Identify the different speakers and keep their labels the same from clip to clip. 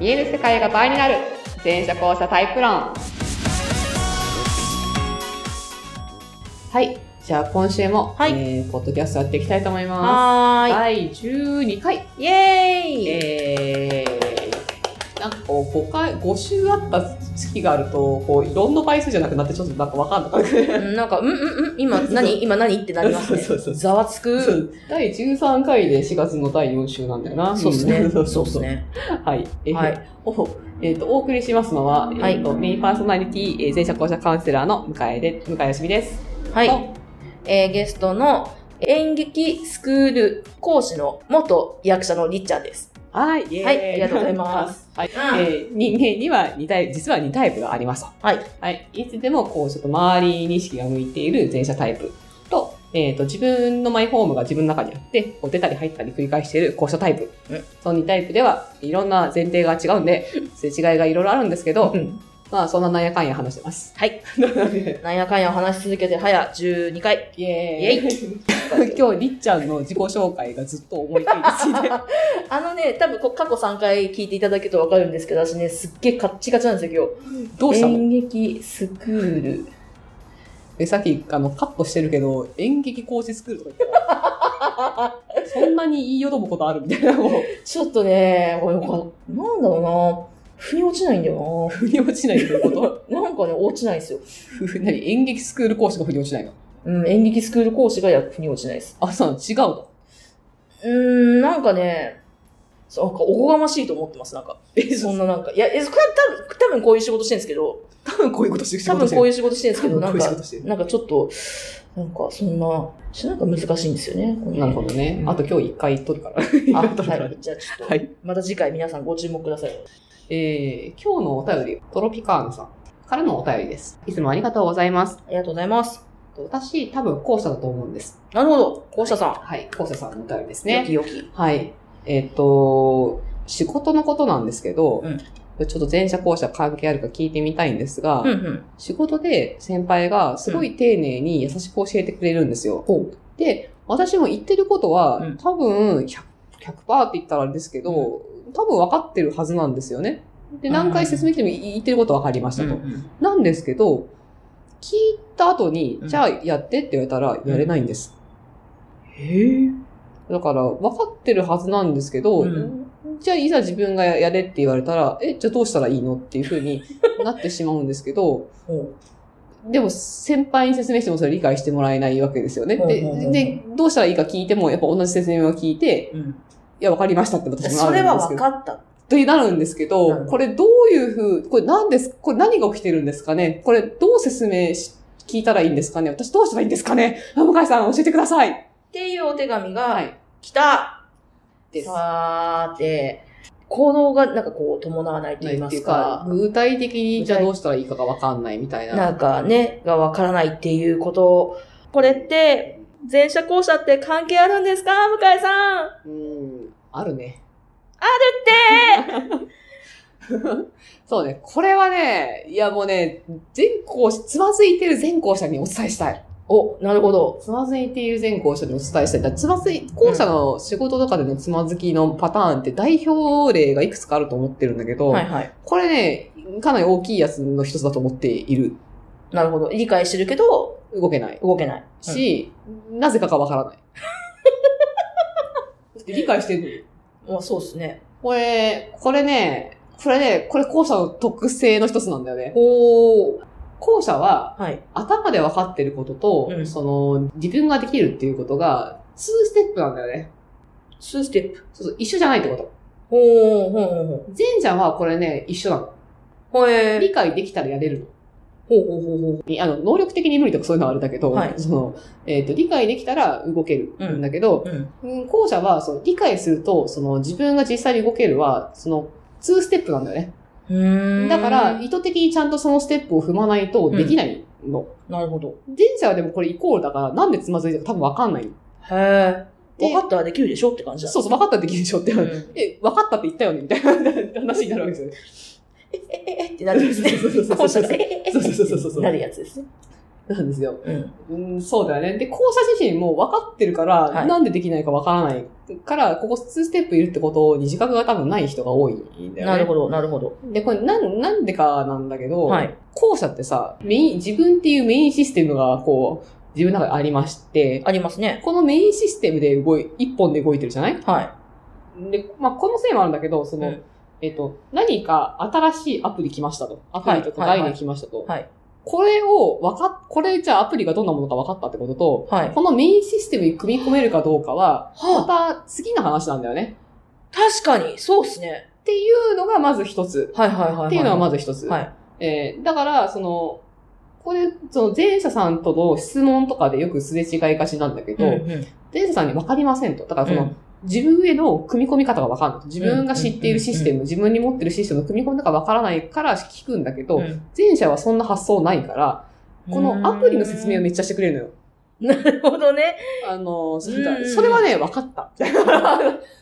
Speaker 1: 見える世界が倍になる全社交社タイプ論はいじゃあ今週も、
Speaker 2: はい
Speaker 1: えーポッドキャストやっていきたいと思いま
Speaker 2: は
Speaker 1: す
Speaker 2: ー
Speaker 1: 第12回
Speaker 2: い。イエーイ、
Speaker 1: えーなんかこう5回5週あった月があるとこういろんな倍数じゃなくなってちょっとなんかわかんなかった
Speaker 2: うんなんか、うんうんうん、 今何今何ってなりますね。
Speaker 1: そうそうそう
Speaker 2: ざわつく。
Speaker 1: 第13回で4月の第4週なんだよな。。
Speaker 2: そうですね
Speaker 1: そう
Speaker 2: そ
Speaker 1: そうう
Speaker 2: です
Speaker 1: そう。
Speaker 2: ね。
Speaker 1: はい。えー
Speaker 2: はい
Speaker 1: おえーと、お送りしますのは、えーと、メインパーソナリティ、えー、前者校舎カウンセラーの向井で、向井よしみです。
Speaker 2: はい。
Speaker 1: と
Speaker 2: えー、ゲストの演劇スクール講師の元役者のりっちゃんです。
Speaker 1: はい。イエーイ
Speaker 2: はいありがとうございます。
Speaker 1: はい。
Speaker 2: うん
Speaker 1: えー人間には2タイプ、実は2タイプがありますと。
Speaker 2: はい。
Speaker 1: はい。いつでも、こう、ちょっと周りに意識が向いている前者タイプと、えっ、と、自分のマイホームが自分の中にあって、こう出たり入ったり繰り返している後者タイプ
Speaker 2: うん。
Speaker 1: その2タイプでは、いろんな前提が違うんで、 すれ違いがいろいろあるんですけど、まあ、そんななんやかんや話して ます。
Speaker 2: はい。
Speaker 1: なので
Speaker 2: なんやかんや話し続けて、早12回。
Speaker 1: イエーイ。 今日、りっちゃんの自己紹介がずっと思いついて
Speaker 2: あのね、多分こ過去3回聞いていただけるとわかるんですけど、私ね、すっげえカッチカチなんですよ、
Speaker 1: どう
Speaker 2: 今日。
Speaker 1: したの
Speaker 2: 演劇スクール。
Speaker 1: え、さっき、あの、カットしてるけど、演劇講師スクールとか言ってたそんなに言いよどむことあるみたいな、もう、
Speaker 2: ちょっとね、これこなんだろうな、腑に落ちないんだよ
Speaker 1: 腑に落ちないという こと
Speaker 2: な。なんかね、落ちないんですよ。
Speaker 1: ふ何演劇スクール講師が腑に落ちないの
Speaker 2: うん、演劇スクール講師がや腑に落ちないです。
Speaker 1: あ、そうなの違うの
Speaker 2: うーん、なんかね、そうなんかおこがましいと思ってます、なんか。
Speaker 1: え、
Speaker 2: そ
Speaker 1: そ
Speaker 2: ん
Speaker 1: ん
Speaker 2: ななんか、いや、え、そこは多分、多分こういう仕事してるんですけど、
Speaker 1: 多分 こういうことしてる。
Speaker 2: 多分こう
Speaker 1: いう
Speaker 2: いう仕事してるんですけど、
Speaker 1: 多
Speaker 2: な
Speaker 1: 分こうい
Speaker 2: ん
Speaker 1: う仕
Speaker 2: か
Speaker 1: 事して、る
Speaker 2: なんかちょっと、なんかそんな、しなんか難しいんですよね。このね
Speaker 1: なるほどね。
Speaker 2: うん
Speaker 1: あと今日一回撮るから。一
Speaker 2: あ、
Speaker 1: 回撮るから
Speaker 2: は。い。じゃあちょっと、
Speaker 1: はい
Speaker 2: また次回皆さんご注目ください。
Speaker 1: えー、今日のお便り、トロピカーノさんからのお便りです。いつもありがとうございます。
Speaker 2: ありがとうございます。
Speaker 1: 私、多分後者だと思うんです。
Speaker 2: なるほど、校舎さん。
Speaker 1: はい、後者さんのお便りです
Speaker 2: よ
Speaker 1: ね
Speaker 2: き。よき。
Speaker 1: はい。えっ、と、仕事のことなんですけど、
Speaker 2: うん
Speaker 1: ちょっと前者後者関係あるか聞いてみたいんですが、
Speaker 2: うんうん。
Speaker 1: 仕事で先輩がすごい丁寧に優しく教えてくれるんですよ。で、私も言ってることは、
Speaker 2: うん
Speaker 1: 多分 100%, 100%って言ったらあれですけど、
Speaker 2: う
Speaker 1: 多分分かってるはずなんですよね。で、何回説明しても言ってること分かりましたと。なんですけど、聞いた後に
Speaker 2: う、ん
Speaker 1: じゃあやってって言われたらやれないんです。
Speaker 2: へえ。
Speaker 1: だから、分かってるはずなんですけど、
Speaker 2: うん
Speaker 1: じゃあいざ自分がやれって言われたら、え、じゃあどうしたらいいのっていう風になってしまうんですけど、 でも先輩に説明してもそれ理解してもらえないわけですよね。
Speaker 2: うんうんう
Speaker 1: で、
Speaker 2: ん
Speaker 1: で、どうしたらいいか聞いても、やっぱ同じ説明を聞いて、
Speaker 2: うん。
Speaker 1: いや、わかりましたって私も
Speaker 2: そ
Speaker 1: ある
Speaker 2: れ
Speaker 1: ん
Speaker 2: は
Speaker 1: ですけ
Speaker 2: 分
Speaker 1: ど。
Speaker 2: かった。
Speaker 1: ってなるんですけ
Speaker 2: なるほ
Speaker 1: ど、
Speaker 2: ど
Speaker 1: これどういう風、これ何です、これ何が起きてるんですかねこれどう説明し、聞いたらいいんですかね私どうしたらいいんですかねあ向井さん教えてください
Speaker 2: っていうお手紙
Speaker 1: は
Speaker 2: が
Speaker 1: い。
Speaker 2: 来た。
Speaker 1: です。
Speaker 2: さーて、行動がなんかこう伴わないと言い
Speaker 1: っ
Speaker 2: ま
Speaker 1: てい
Speaker 2: す
Speaker 1: うか
Speaker 2: か、、
Speaker 1: 具体的にじゃあどうしたらいいかがわかんないみたいな。
Speaker 2: なんかね、が分からないっていうこと。これって、前者後者って関係あるんですか向井さん。
Speaker 1: うん、あるね。
Speaker 2: で
Speaker 1: そうね、これはね、いやもうね、全校舎、つまずいてる全校舎にお伝えしたい。
Speaker 2: お、なるほど。
Speaker 1: つまずいている全校舎にお伝えしたい。だからつまずい、校舎の仕事とかでのつまずきのパターンって代表例がいくつかあると思ってるんだけど、
Speaker 2: はいはい。
Speaker 1: これね、かなり大きいやつの一つだと思っている。
Speaker 2: なるほど。理解してるけど、
Speaker 1: 動けない。
Speaker 2: 動けない。
Speaker 1: し、なぜかがわから ない。だって理解してるのに
Speaker 2: まあそうですね。
Speaker 1: これ、これね、これね、これ校舎の特性の一つなんだよね。
Speaker 2: おー。
Speaker 1: 校舎は
Speaker 2: はい。
Speaker 1: 頭で分かってることと、
Speaker 2: うん
Speaker 1: その、自分ができるっていうことが、2ステップなんだよね。
Speaker 2: 2ステップ。
Speaker 1: そうそう、一緒じゃないってこと。
Speaker 2: ほー、ほーほーほ
Speaker 1: 前者はこれね、一緒なの。
Speaker 2: ー。ほえー。
Speaker 1: 理解できたらやれるの。
Speaker 2: ほうほうほうほう。
Speaker 1: いあの、能力的に無理とかそういうのはあれだけど、
Speaker 2: はい
Speaker 1: その、えっ、と、理解できたら動けるんだけど、
Speaker 2: う
Speaker 1: う
Speaker 2: ん。
Speaker 1: ん後者は、その、理解すると、その、自分が実際に動けるは、その、2ステップなんだよね。
Speaker 2: うーん
Speaker 1: だから、、意図的にちゃんとそのステップを踏まないとできないの。
Speaker 2: なるほど。
Speaker 1: 前者はでもこれイコールだから、なんでつまずいたか多分わかんない。
Speaker 2: へえ。
Speaker 1: で
Speaker 2: 分かったらできるでしょって感じだ。
Speaker 1: そうそう、分かったらできるでしょって
Speaker 2: う
Speaker 1: 言
Speaker 2: ん
Speaker 1: われて。え、分かったって言ったよねみたいな話になるわけですよね。
Speaker 2: え、え、え、えってなるんですね。
Speaker 1: そうそうそうそう
Speaker 2: 校舎がええええ
Speaker 1: そうそうそうそうそう
Speaker 2: なるやつですね。
Speaker 1: なんですよ。
Speaker 2: うん。
Speaker 1: うん、そうだよね。で、校舎自身も分かってるから、
Speaker 2: はい
Speaker 1: なんでできないか分からないから、ここ2ステップいるってことに自覚が多分ない人が多いんだよね。
Speaker 2: なるほど、なるほど。
Speaker 1: で、これなん、なんでかなんだけど、
Speaker 2: はい。
Speaker 1: 校舎ってさ、メイン、自分っていうメインシステムがこう、自分の中でありまして、
Speaker 2: ありますね。
Speaker 1: このメインシステムで動い、一本で動いてるじゃない
Speaker 2: は
Speaker 1: で、まあ、このせいもあるんだけど、その、
Speaker 2: うん
Speaker 1: えっと、何か新しいアプリ来ましたと。アプリとか
Speaker 2: はいはい
Speaker 1: 概念来ましたと。
Speaker 2: はい
Speaker 1: これを分かっ、これじゃあアプリがどんなものか分かったってことと、
Speaker 2: い。はい。
Speaker 1: このメインシステムに組み込めるかどうかは、ま
Speaker 2: はあ、
Speaker 1: た次の話なんだよね。
Speaker 2: 確かに、そうっすね。
Speaker 1: っていうのがまず一つ。
Speaker 2: はいはいはい、はい。
Speaker 1: っていうのはま
Speaker 2: ず、
Speaker 1: ず一つ。
Speaker 2: はい。
Speaker 1: えーだから、その、これ、その前者さんとの質問とかでよくすれ違いがちなんだけど、
Speaker 2: うんうん
Speaker 1: 前者さんに分かりませんと。だから、その、
Speaker 2: うん
Speaker 1: 自分への組み込み方が分かんない。自分が知っているシステム、自分に持ってるシステムの組み込み方が分からないから聞くんだけど、
Speaker 2: うん
Speaker 1: 前者はそんな発想ないから、このアプリの説明をめっちゃしてくれるのよ。
Speaker 2: なるほどね。
Speaker 1: あの、それ
Speaker 2: うん
Speaker 1: それはね、分か った。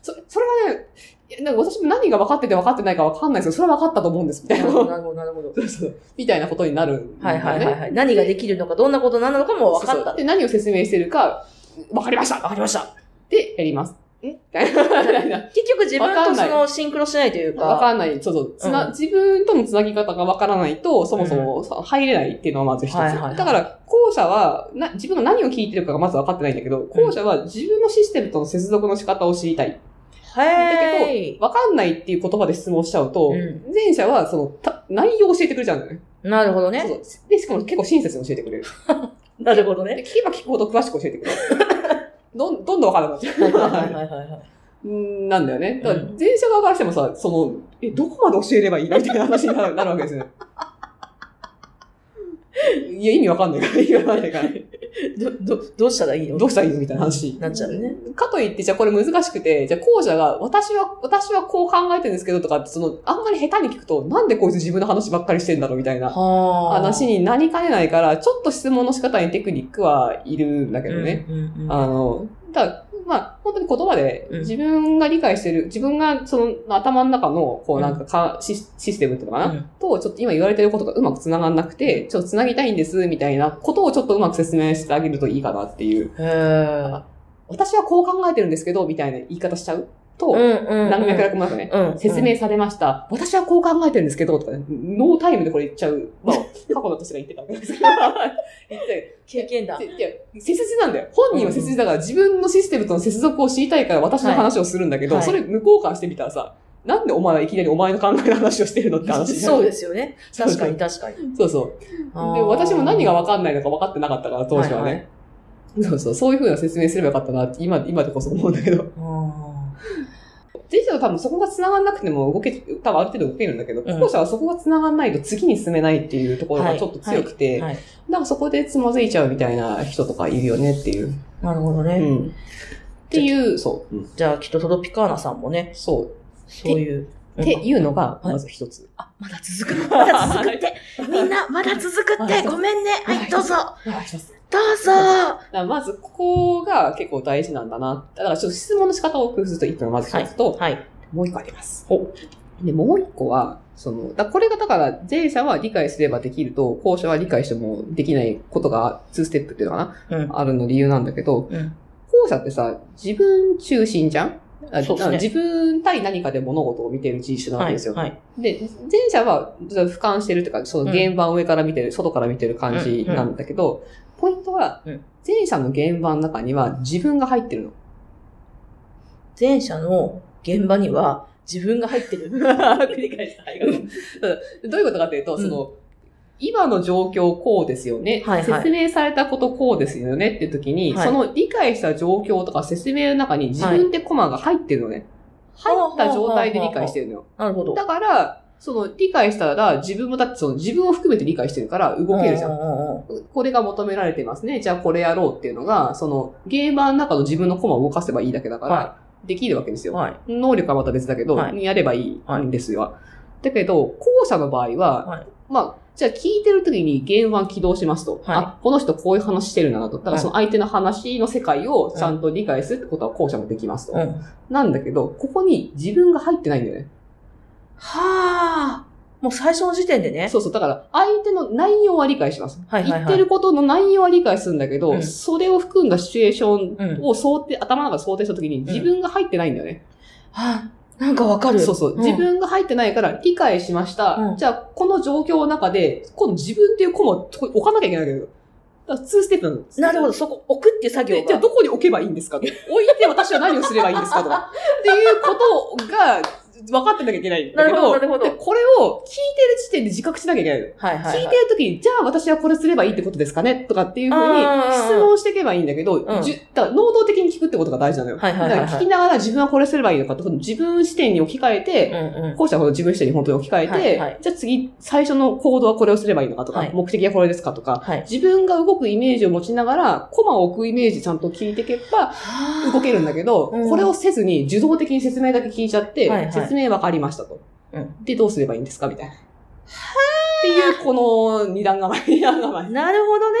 Speaker 1: そそれはね、いやなんか私も何が分かってて分かってないか分かんないですけど、それは分かったと思うんです、みた
Speaker 2: ないる
Speaker 1: な。
Speaker 2: ほど、なるほど、なるほど。
Speaker 1: そうそうみたいなことになるんだ
Speaker 2: はい
Speaker 1: よね。
Speaker 2: はいはいはい。何ができるのか、どんなことなのかも分か
Speaker 1: そ
Speaker 2: っ
Speaker 1: うそう
Speaker 2: た。
Speaker 1: で、何を説明してるか、分かりました
Speaker 2: 分かりました。
Speaker 1: で、やります。えみた いな。みたいな
Speaker 2: 結局自分
Speaker 1: わか
Speaker 2: と
Speaker 1: んな
Speaker 2: そ
Speaker 1: い
Speaker 2: のシンクロしないという
Speaker 1: わ
Speaker 2: か。
Speaker 1: かんない。そうそう。つな、
Speaker 2: うん
Speaker 1: 自分とのつなぎ方がわからないと、そもそもさ入れないっていうのはまず一つ。
Speaker 2: はいはいはい
Speaker 1: だから、後者はな、自分が何を聞いてるかがまず分かってないんだけど、後者は自分のシステムとの接続の仕方を知りたい。
Speaker 2: へー
Speaker 1: わかんないっていう言葉で質問しちゃうと、
Speaker 2: う
Speaker 1: 前者はそのた内容を教えてくれちゃうんだよね。
Speaker 2: ん。なるほどね。
Speaker 1: そうそうで、しかも結構親切に教えてくれる。
Speaker 2: なるほど
Speaker 1: で
Speaker 2: ね。
Speaker 1: 聞けば聞くほど詳しく教えてくれる。 どんどんどん分からなくなっち
Speaker 2: はい
Speaker 1: ゃう
Speaker 2: はいはい。はいはい。
Speaker 1: うんなんだよね。だから
Speaker 2: うん
Speaker 1: 前者側からしてもさ、その、え、どこまで教えればいいのみたいな話になるなるわけですよ。 いや、意味わかんないから、意味わかんないから、
Speaker 2: ど、ど、どうしたらいいの
Speaker 1: どうしたらいいのみたいな話。
Speaker 2: なっちゃうね。
Speaker 1: かといって、じゃあこれ難しくて、じゃあ後者が、私は、私はこう考えてるんですけどとかって、その、あんまり下手に聞くと、なんでこいつ自分の話ばっかりしてんだろうみたいな
Speaker 2: は
Speaker 1: 話になりかねないから、ちょっと質問の仕方にテクニックはいるんだけ
Speaker 2: け
Speaker 1: どね。。
Speaker 2: うんうんうん
Speaker 1: あの、ただ、まあ、本当に言葉で
Speaker 2: うん、
Speaker 1: 自分が理解してる、自分がその頭の中の、こうなんかか、シスシステムっていうのかな、
Speaker 2: うん
Speaker 1: と、ちょっと今言われてることがうまく繋がんなくて、ちょっと繋ぎたいんです、みたいなことをちょっとうまく説明してあげるといいかなっていう。
Speaker 2: へー
Speaker 1: 私はこう考えてるんですけど、みたいな言い方しちゃうと、
Speaker 2: うんうんうん。
Speaker 1: 何百楽もなくね。
Speaker 2: うん。
Speaker 1: 説明されました。私はこう考えてるんですけど、とかね、ノータイムでこれ言っちゃう。まあ、過去の私が言ってたわけ ですけど。言って
Speaker 2: 経験だ。
Speaker 1: いや、切実なんだよ。本人は切実だから、自分のシステムとの接続を知りたいから私の話をするんだけど、
Speaker 2: はい
Speaker 1: それ向こうからしてみたらさ、なんでお前はいきなりお前の考えの話をしてるのって話。
Speaker 2: そうですすよね。
Speaker 1: そう
Speaker 2: 確かに確かに。
Speaker 1: そうそう。で、私も何が分かんないのか分かってなかったから、当時はね。
Speaker 2: はいはい
Speaker 1: そうそう、そういうふうな説明すればよかったなって、今、今でこそ思うんだけど。
Speaker 2: あ
Speaker 1: 前者は多分そこが繋がんなくても動け、多分ある程度動けるんだけど、
Speaker 2: うん
Speaker 1: 後者はそこが繋がんないと次に進めないっていうところがちょっと強くて、
Speaker 2: ーはい。
Speaker 1: なんかそこでつまずいちゃうみたいな人とかいるよねっていう。
Speaker 2: なるほどね。
Speaker 1: うん。っていう、そう。うん
Speaker 2: じゃあ、きっとトロピカーナさんもね、
Speaker 1: そ
Speaker 2: そういう。
Speaker 1: う。っていうのが、まず一つ。
Speaker 2: あ、まだ続く。まだ続くって。 みんな、まだ続くって。ごめんね。はい、どうぞ。
Speaker 1: はい一つだか
Speaker 2: どうぞ。
Speaker 1: らまず、ここが結構大事なんだな。だから、ちょっと質問の仕方を工夫するといいっていうのがまず一つと、
Speaker 2: はい。
Speaker 1: もう一個あります。
Speaker 2: ほ
Speaker 1: で、もう一個は、その、だこれがだから、前者は理解すればできると、後者は理解してもできないことが、2ステップっていうのか
Speaker 2: うん。
Speaker 1: なあるの理由なんだけど、
Speaker 2: うん。
Speaker 1: 後者ってさ、自分中心じゃんあ
Speaker 2: そうですね
Speaker 1: 自分対何かで物事を見てる人種なわ
Speaker 2: は
Speaker 1: け
Speaker 2: い。
Speaker 1: ですよ。
Speaker 2: はい。
Speaker 1: で、前者は俯瞰してるというか、その現場を上から見てる、外から見てる感じなんだけど、ポイントは
Speaker 2: うん、
Speaker 1: 前者の現場の中には自分が入ってる の。
Speaker 2: 前者の現場には自分が入って る。
Speaker 1: 繰り返した。 どういうことかというと、
Speaker 2: うん
Speaker 1: その、今の状況こうですよね、
Speaker 2: はいはい
Speaker 1: 説明されたことこうですよねって時に、
Speaker 2: はい
Speaker 1: その理解した状況とか説明の中に自分でコマが入ってるのね。
Speaker 2: はい
Speaker 1: 入った状態で理解してるのよ。
Speaker 2: なるほど。
Speaker 1: だから、その理解したら自分もだってその自分を含めて理解してるから動けるじゃん
Speaker 2: う。ううん
Speaker 1: これが求められてますね。じゃあこれやろうっていうのが、その、ゲーマーの中の自分のコマを動かせばいいだけだから、
Speaker 2: は
Speaker 1: できるわけです
Speaker 2: うん。
Speaker 1: よ。
Speaker 2: はい。
Speaker 1: 能力はまた別だけど、
Speaker 2: はい
Speaker 1: やればいいんですよ。だけど、後者の場合は、
Speaker 2: はい
Speaker 1: まあ、じゃあ聞いてる時にゲームは起動しますと、
Speaker 2: はい
Speaker 1: あ、この人こういう話してるんだなと。だから
Speaker 2: はい
Speaker 1: その相手の話の世界をちゃんと理解するってことは後者もできますと。
Speaker 2: うん。は
Speaker 1: なんだけど、ここに自分が入ってないんだよね。
Speaker 2: あ。もう最初の時点でね。
Speaker 1: そうそう。だから、相手の内容は理解します。
Speaker 2: はいはいはい
Speaker 1: 言ってることの内容は理解するんだけど、
Speaker 2: うん
Speaker 1: それを含んだシチュエーショ
Speaker 2: う
Speaker 1: ンを想定、頭の中で想定したときに、自分が入ってないんだよね。
Speaker 2: はあ、なんかわかる。
Speaker 1: そうそう。
Speaker 2: ん
Speaker 1: 自分が入ってないから理解しました。
Speaker 2: うん
Speaker 1: じゃあ、この状況の中で、今度自分っていうコマをと置かなきゃいけないけど。だから、2ステップなんです。
Speaker 2: なるほど、そこ置くっていう作業
Speaker 1: で、じゃあ
Speaker 2: が。
Speaker 1: どこに置けばいいん ですかと。置いて私は何をすればいいんですかとか。っていうことが分かってなきゃいけないんだけど、
Speaker 2: なるほどなるほど
Speaker 1: でこれを聞いてる時点で自覚しなきゃいけないの。
Speaker 2: はいはい、はい。
Speaker 1: 聞いてるときに、じゃあ私はこれすればいいってことですかねとかっていうふうに
Speaker 2: あー
Speaker 1: 質問していけばいいんだけど、
Speaker 2: うん
Speaker 1: じゅだから能動的に聞くってことが大事なのよ。
Speaker 2: はいはいはいはい
Speaker 1: だから聞きながら自分はこれすればいいのかって、その自分視点に置き換えて、
Speaker 2: うんうん。
Speaker 1: こうしたらこの自分視点に本当に置き換えて、
Speaker 2: はいはい
Speaker 1: じゃあ次、最初の行動はこれをすればいいのかとか、
Speaker 2: はい
Speaker 1: 目的はこれですかとか、
Speaker 2: はい。
Speaker 1: 自分が動くイメージを持ちながら、コマを置くイメージちゃんと聞いていけば、動けるんだけど、
Speaker 2: うん
Speaker 1: これをせずに受動的に説明だけ聞いちゃって、
Speaker 2: はいはい
Speaker 1: 説明わかりましたと。
Speaker 2: うん
Speaker 1: で、どうすればいいんですかみたいな。っていう、この二段構え、二段構え。
Speaker 2: なるほどね。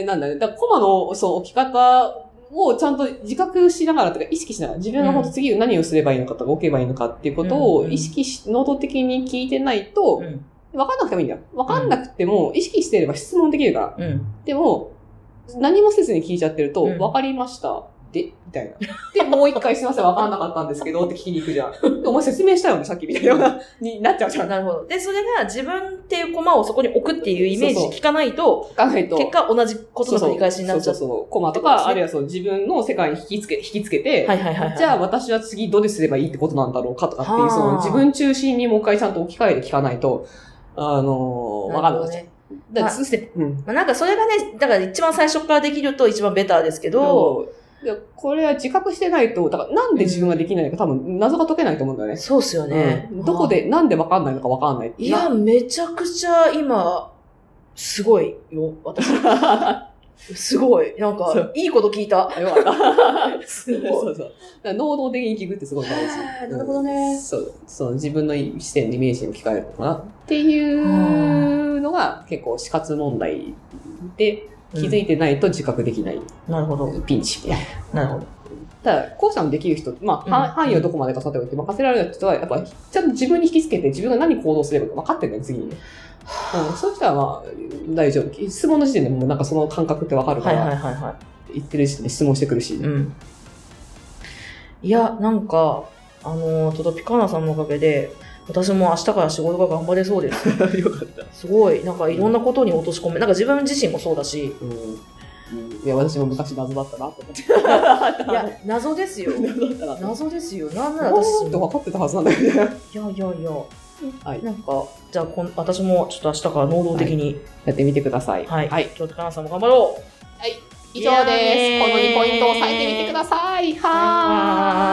Speaker 1: えーなんだね。だからコマの、そう、置き方をちゃんと自覚しながらとか、意識しながら、自分が本当次何をすればいいのかとか、置けばいいのかっていうこと
Speaker 2: うん
Speaker 1: を
Speaker 2: うん
Speaker 1: 意識し、能動的に聞いてないと、
Speaker 2: ん。
Speaker 1: わかんなくてもいいんだよ。わかんなくても、意識してれば質問できるから。
Speaker 2: うん。
Speaker 1: でも、何もせずに聞いちゃってると、
Speaker 2: うん
Speaker 1: わかりました。でみた いな。で、もう一回すいません、わかんなかったんですけど、って聞きに行くじゃん。お前説明したよね、さっきみたいな、になっちゃうじゃん。
Speaker 2: なるほど。で、それが自分っていうコマをそこに置くっていうイメージ聞かないと、
Speaker 1: 聞かないと。
Speaker 2: 結果同じことの繰り返しになっちゃ。
Speaker 1: そううそうそうそう。コマと
Speaker 2: そうです
Speaker 1: か、
Speaker 2: ね
Speaker 1: あるいはその自分の世界に引きつけ、引きつけて、
Speaker 2: はいはいはい、はい。
Speaker 1: じゃあ私は次どれすればいいってことなんだろうかとかってい
Speaker 2: はあ
Speaker 1: う、その自分中心にもう一回ちゃんと置き換えて聞かないと、あのー、わかんなくなっちゃう。
Speaker 2: ね。
Speaker 1: だから
Speaker 2: まあ
Speaker 1: ツーステップうん。
Speaker 2: まあ、なんかそれがね、だから一番最初からできると一番ベターですけど、
Speaker 1: そう。いやこれは自覚してないと、だからなんで自分ができないのか多分謎が解けないと思うんだよね。
Speaker 2: そうっすよね。
Speaker 1: うんどこで、なんでわかんないのかわかんないって
Speaker 2: いや、めちゃくちゃ今、すごいよ、 私。
Speaker 1: な
Speaker 2: すごい。なん
Speaker 1: そ
Speaker 2: か
Speaker 1: う、
Speaker 2: いいこと聞いた。
Speaker 1: よかった。
Speaker 2: すごい。
Speaker 1: そうそう。だから能動的に聞くってすごい大
Speaker 2: へー
Speaker 1: 事。
Speaker 2: なるほどね
Speaker 1: うんそう。そう、自分の視点のイメージに置き換えるのかな。っていうのが結構死活問題で、気づ
Speaker 2: い
Speaker 1: いてないと自覚できない
Speaker 2: なるほど。
Speaker 1: ピンチみたいな。
Speaker 2: なるほど。
Speaker 1: ただ、後者のできる人、まあ、
Speaker 2: うん
Speaker 1: 範範囲をどこまでかさておいて任せられる人は、やっぱ、ちゃんと自分に引きつけて、自分が何行動すれば分かってるんだよ、次にね。うん、そうしたら、まあ、大丈夫。質問の時点でもうなんかその感覚って分かるか
Speaker 2: はい
Speaker 1: ら、
Speaker 2: はいはいは
Speaker 1: 言ってる時点で質問してくるし。
Speaker 2: い。うん。いや、なんか、あの、トドピカーナさんのおかげで、私も明日から仕事が頑張れそうです。
Speaker 1: よかった。
Speaker 2: すごい、なんかいろんなことに落とし込め、なんか自分自身もそうだし、
Speaker 1: うん。 いや、私も昔謎だったなと思って。い
Speaker 2: いや、、謎ですよ。
Speaker 1: 謎だ ったなと思って。
Speaker 2: 謎ですよ。なんなら
Speaker 1: 私
Speaker 2: 私
Speaker 1: って分
Speaker 2: も。
Speaker 1: かってたはずなんだけどね。
Speaker 2: いやいやいや。
Speaker 1: はい。
Speaker 2: なんか、じゃあこん、私もちょっと明日から能動的に、
Speaker 1: やってみてください。
Speaker 2: はい。
Speaker 1: はい。
Speaker 2: ちょっとカナさんも頑張ろう。
Speaker 1: 以上
Speaker 2: いやーね
Speaker 1: で
Speaker 2: ー
Speaker 1: す。この2ポイントを押さえてみてください。はーい。